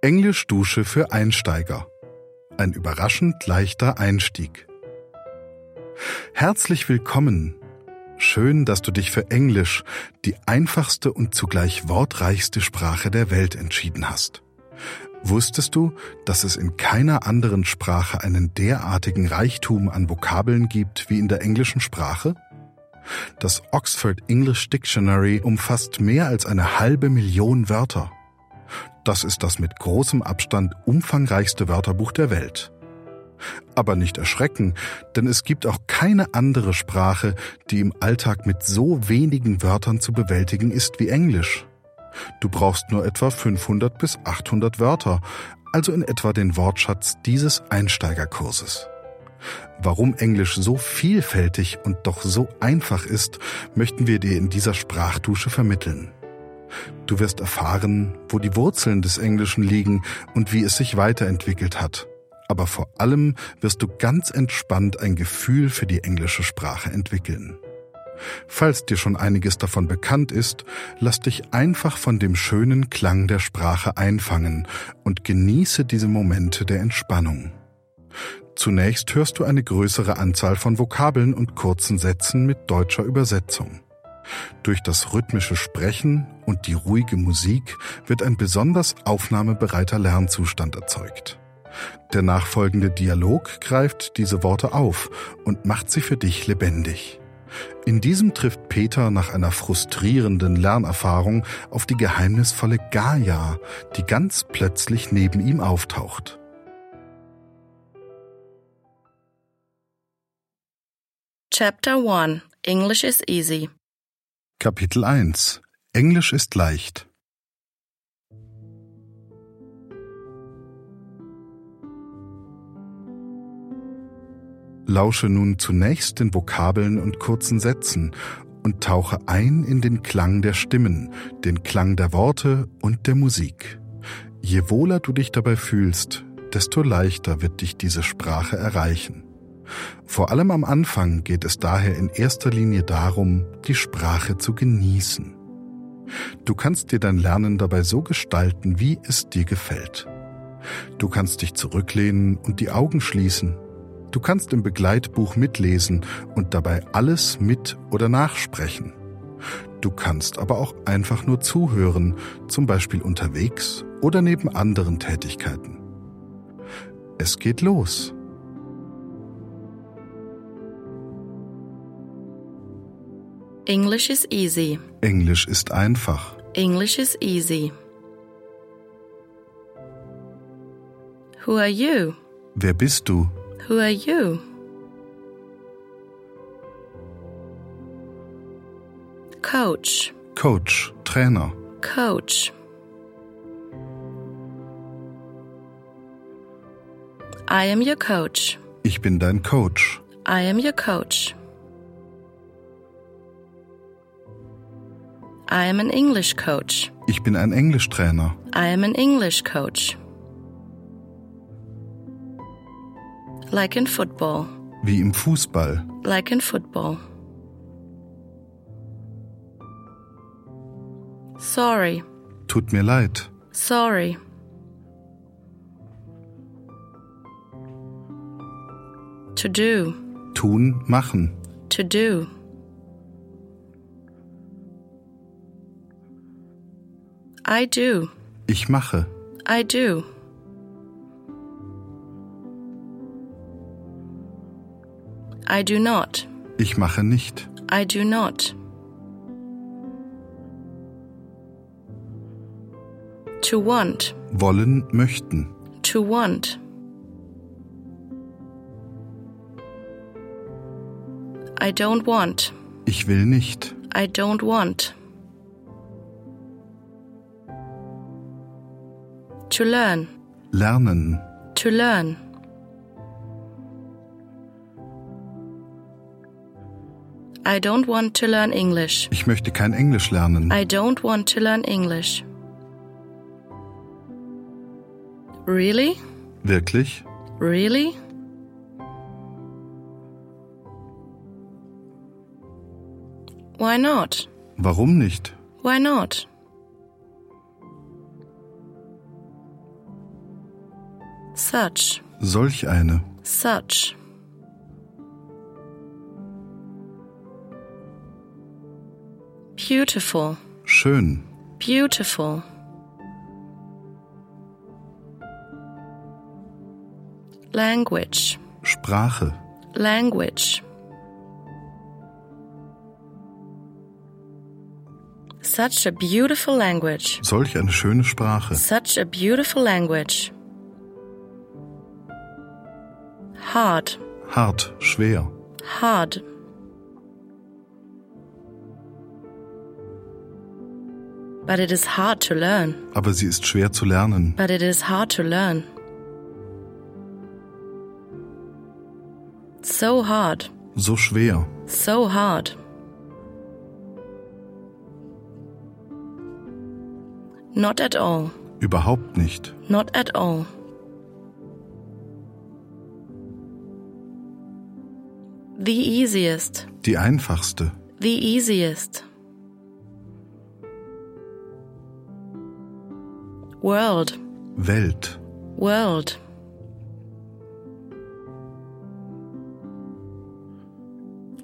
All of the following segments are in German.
Englisch Dusche für Einsteiger. Ein überraschend leichter Einstieg. Herzlich willkommen. Schön, dass du dich für Englisch, die einfachste und zugleich wortreichste Sprache der Welt entschieden hast. Wusstest du, dass es in keiner anderen Sprache einen derartigen Reichtum an Vokabeln gibt wie in der englischen Sprache? Das Oxford English Dictionary umfasst mehr als eine halbe Million Wörter. Das ist das mit großem Abstand umfangreichste Wörterbuch der Welt. Aber nicht erschrecken, denn es gibt auch keine andere Sprache, die im Alltag mit so wenigen Wörtern zu bewältigen ist wie Englisch. Du brauchst nur etwa 500 bis 800 Wörter, also in etwa den Wortschatz dieses Einsteigerkurses. Warum Englisch so vielfältig und doch so einfach ist, möchten wir dir in dieser Sprachdusche vermitteln. Du wirst erfahren, wo die Wurzeln des Englischen liegen und wie es sich weiterentwickelt hat. Aber vor allem wirst du ganz entspannt ein Gefühl für die englische Sprache entwickeln. Falls dir schon einiges davon bekannt ist, lass dich einfach von dem schönen Klang der Sprache einfangen und genieße diese Momente der Entspannung. Zunächst hörst du eine größere Anzahl von Vokabeln und kurzen Sätzen mit deutscher Übersetzung. Durch das rhythmische Sprechen und die ruhige Musik wird ein besonders aufnahmebereiter Lernzustand erzeugt. Der nachfolgende Dialog greift diese Worte auf und macht sie für dich lebendig. In diesem trifft Peter nach einer frustrierenden Lernerfahrung auf die geheimnisvolle Gaia, die ganz plötzlich neben ihm auftaucht. Chapter 1 English is easy. Kapitel 1 Englisch ist leicht. Lausche nun zunächst den Vokabeln und kurzen Sätzen und tauche ein in den Klang der Stimmen, den Klang der Worte und der Musik. Je wohler du dich dabei fühlst, desto leichter wird dich diese Sprache erreichen. Vor allem am Anfang geht es daher in erster Linie darum, die Sprache zu genießen. Du kannst dir dein Lernen dabei so gestalten, wie es dir gefällt. Du kannst dich zurücklehnen und die Augen schließen. Du kannst im Begleitbuch mitlesen und dabei alles mit oder nachsprechen. Du kannst aber auch einfach nur zuhören, zum Beispiel unterwegs oder neben anderen Tätigkeiten. Es geht los. English is easy. Englisch ist einfach. English is easy. Who are you? Wer bist du? Who are you? Coach, Coach, Trainer, coach. I am your coach. ich bin dein Coach. I am your coach. I am an English coach. Ich bin ein Englischtrainer. I am an English coach. Like in football. Wie im Fußball. Like in football. Sorry. Tut mir leid. Sorry. To do. Tun, machen. To do. I do. Ich mache. I do. I do not. Ich mache nicht. I do not. To want. Wollen, möchten. To want. I don't want. Ich will nicht. I don't want. To learn. Lernen. To learn. I don't want to learn English. Ich möchte kein Englisch lernen. I don't want to learn English. Really? Wirklich? Really? Why not? Warum nicht? Why not? Such, Solch eine. such. Beautiful, Schön. beautiful. Language, Sprache. language. Such a beautiful language. Solch eine schöne Sprache. Such a beautiful language. Hard, Hart. Schwer. hard. But it is hard to learn. Aber sie ist schwer zu lernen. But it is hard to learn. So hard, So schwer. so hard. Not at all. Überhaupt nicht. Not at all. The easiest, Die einfachste. the easiest. World, Welt. world.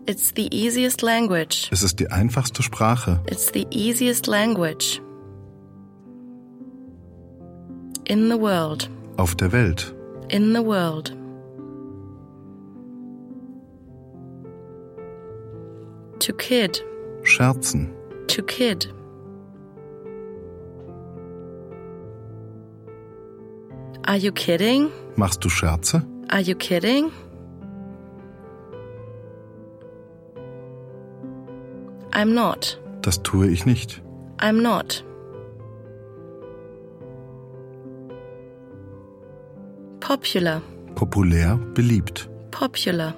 It's the easiest language. Es ist die einfachste Sprache. It's the easiest language in the world. Auf der Welt. in the world. To kid, Scherzen. to kid. Are you kidding? Machst du Scherze? Are you kidding? I'm not. Das tue ich nicht. I'm not. Popular. Populär. Beliebt. popular.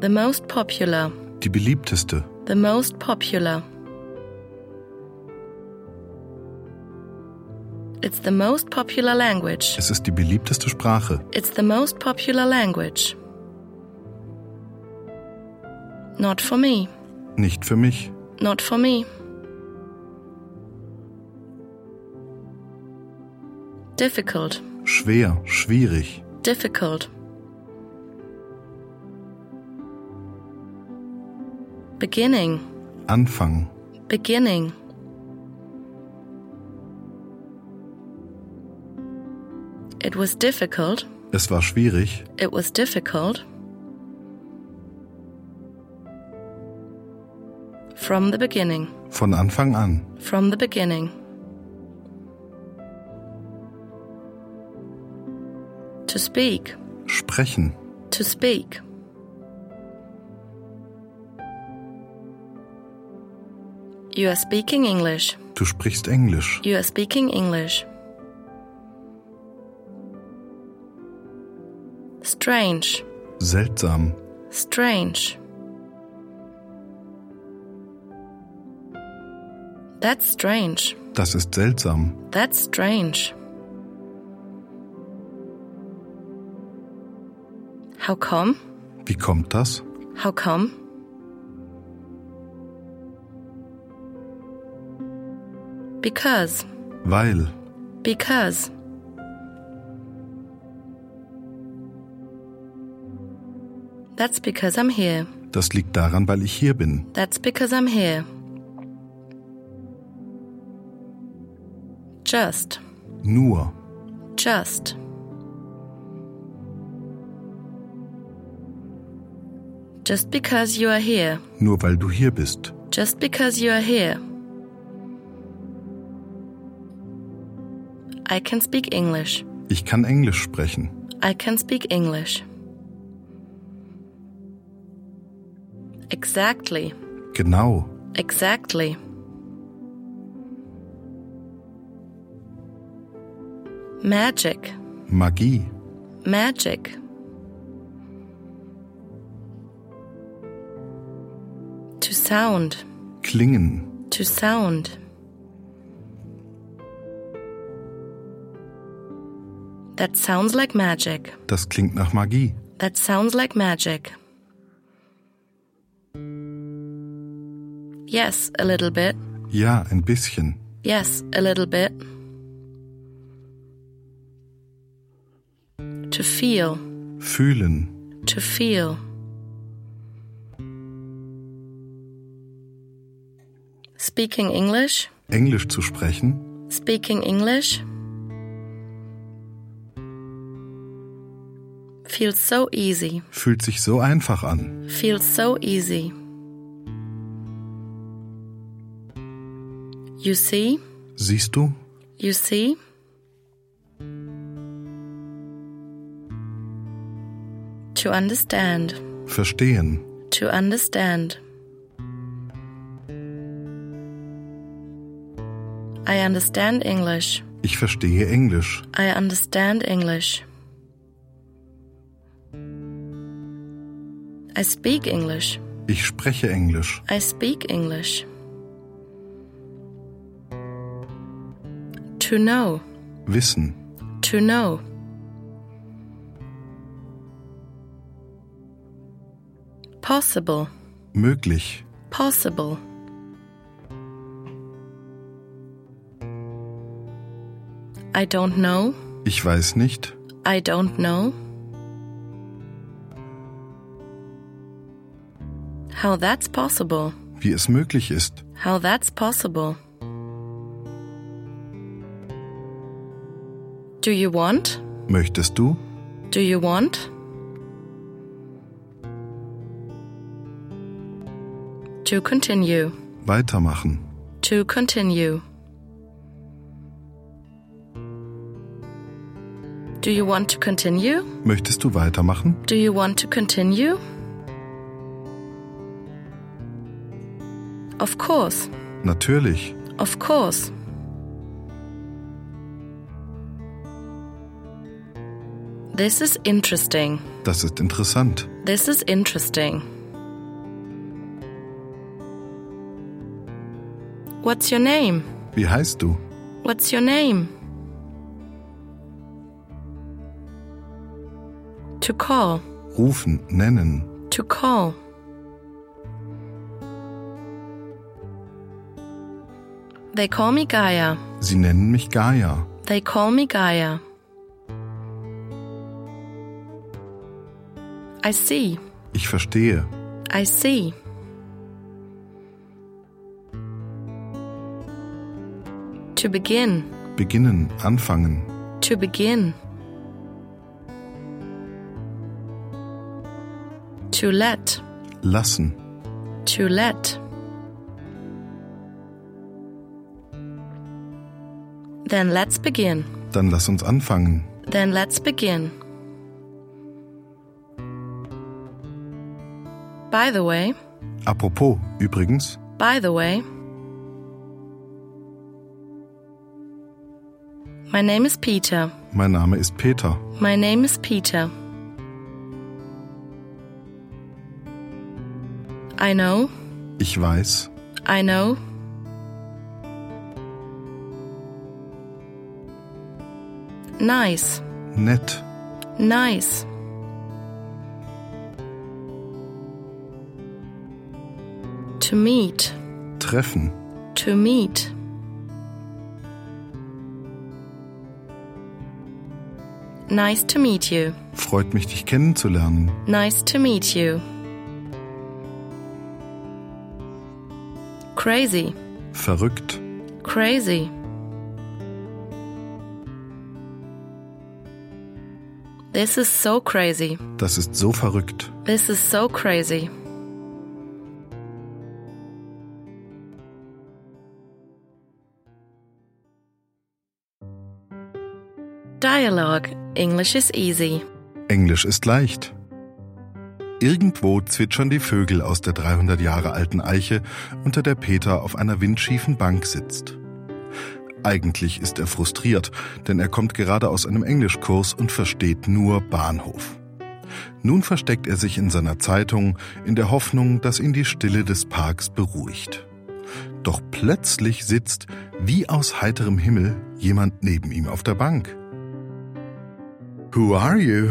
The most popular, Die beliebteste. the most popular. It's the most popular language. Es ist die beliebteste Sprache. It's the most popular language. Not for me, Nicht für mich. not for me. Difficult. Schwer. Schwierig. difficult. Beginning, Anfang. beginning. It was difficult, Es war schwierig. it was difficult. From the beginning, Von Anfang an. from the beginning. To speak, Sprechen. to speak. You are speaking English. Du sprichst Englisch. You are speaking English. Strange, Seltsam. strange. That's strange. Das ist seltsam. That's strange. How come? Wie kommt das? How come? Because, Weil. because. That's because I'm here. Das liegt daran, weil ich hier bin. That's because I'm here. Just, Nur. just. Just because you are here. Nur weil du hier bist. Just because you are here. I can speak English. Ich kann Englisch sprechen. I can speak English. Exactly. Genau. Exactly. Magic. Magie. Magic. To sound. Klingen. to sound. That sounds like magic. Das klingt nach Magie. That sounds like magic. Yes, a little bit. Ja, ein bisschen. Yes, a little bit. To feel, Fühlen. to feel. Speaking English, Englisch zu sprechen. speaking English. Feels so easy, Fühlt sich so einfach an. feels so easy. You see? Siehst du? You see? To understand. Verstehen. To understand. I understand English. Ich verstehe Englisch. I understand English. I speak English. Ich spreche Englisch. I speak English. To know. Wissen. To know. Possible. Möglich. Possible. I don't know. Ich weiß nicht. I don't know. How that's possible. Wie es möglich ist. How that's possible. Do you want? Möchtest du? Do you want? To continue. Weitermachen. To continue. Do you want to continue? Möchtest du weitermachen? Do you want to continue? Of course. Natürlich. Of course. This is interesting. Das ist interessant. This is interesting. What's your name? Wie heißt du? What's your name? To call, Rufen, nennen. to call. They call me Gaia. Sie nennen mich Gaia. They call me Gaia. I see. Ich verstehe. I see. To begin. Beginnen, anfangen. To begin. To let. Lassen. To let. Then let's begin. Dann lass uns anfangen. Then let's begin. By the way, Apropos, übrigens, by the way, my name is Peter. mein Name ist Peter. My name is Peter. I know, Ich weiß, I know. Nice, nett. nice. To meet, Treffen. to meet. Nice to meet you. Freut mich, dich kennenzulernen. Nice to meet you. Crazy, Verrückt. crazy. This is so crazy. Das ist so verrückt. This is so crazy. Dialogue English is easy. Englisch ist leicht. Irgendwo zwitschern die Vögel aus der 300 Jahre alten Eiche, unter der Peter auf einer windschiefen Bank sitzt. Eigentlich ist er frustriert, denn er kommt gerade aus einem Englischkurs und versteht nur Bahnhof. Nun versteckt er sich in seiner Zeitung, in der Hoffnung, dass ihn die Stille des Parks beruhigt. Doch plötzlich sitzt, wie aus heiterem Himmel, jemand neben ihm auf der Bank. Who are you?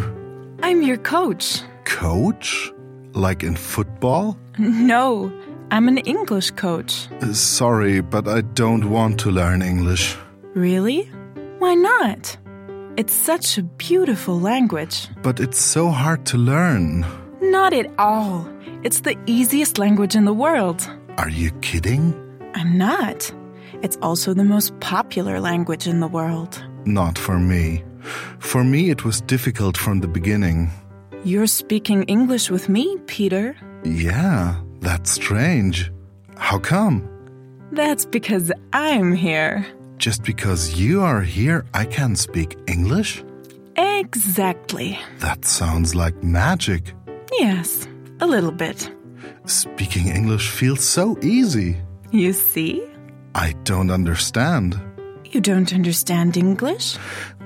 I'm your coach. coach? Like in football? Uh, No, I'm an English coach. Sorry, but I don't want to learn English. Really? Why not? It's such a beautiful language. But it's so hard to learn. Not at all. It's the easiest language in the world. Are you kidding? I'm not. It's also the most popular language in the world. Not for me. For me, it was difficult from the beginning. You're speaking English with me, Peter. Yeah, that's strange. How come? That's because I'm here. Just because you are here, I can speak English? Exactly. That sounds like magic. Yes, a little bit. Speaking English feels so easy. You see? I don't understand. You don't understand English?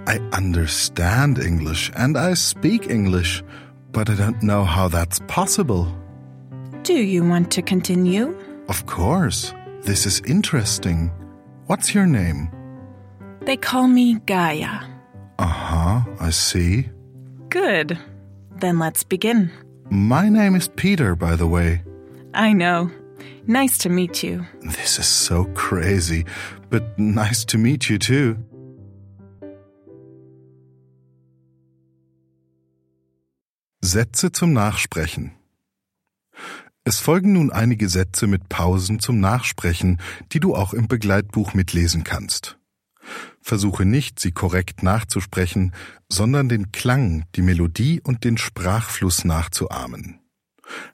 I understand English and I speak English, but I don't know how that's possible. Do you want to continue? Of course, this is interesting. What's your name? They call me Gaia. Uh huh, I see. Good. Then let's begin. My name is Peter, by the way. I know. Nice to meet you. This is so crazy, but nice to meet you too. Sätze zum Nachsprechen. Es folgen nun einige Sätze mit Pausen zum Nachsprechen, die du auch im Begleitbuch mitlesen kannst. Versuche nicht, sie korrekt nachzusprechen, sondern den Klang, die Melodie und den Sprachfluss nachzuahmen.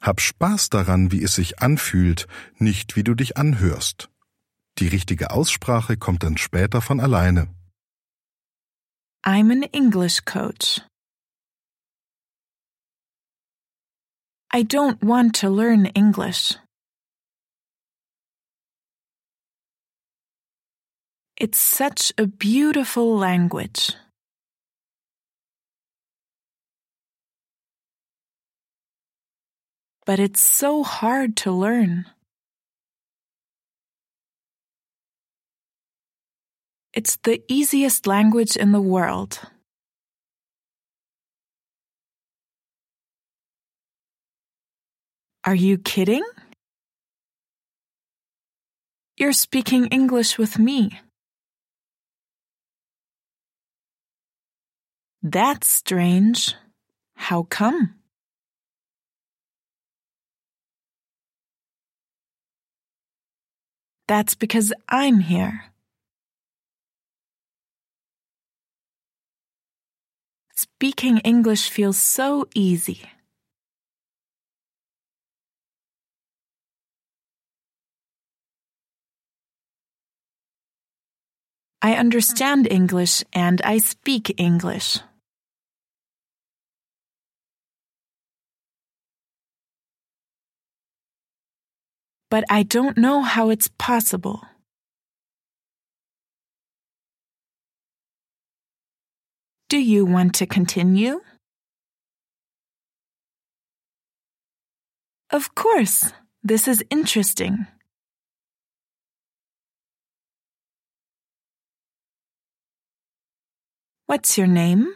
Hab Spaß daran, wie es sich anfühlt, nicht wie du dich anhörst. Die richtige Aussprache kommt dann später von alleine. I'm an English coach. I don't want to learn English. It's such a beautiful language. But it's so hard to learn. It's the easiest language in the world. Are you kidding? You're speaking English with me. That's strange. How come? That's because I'm here. Speaking English feels so easy. I understand English and I speak English. But I don't know how it's possible. Do you want to continue? Of course, this is interesting. What's your name?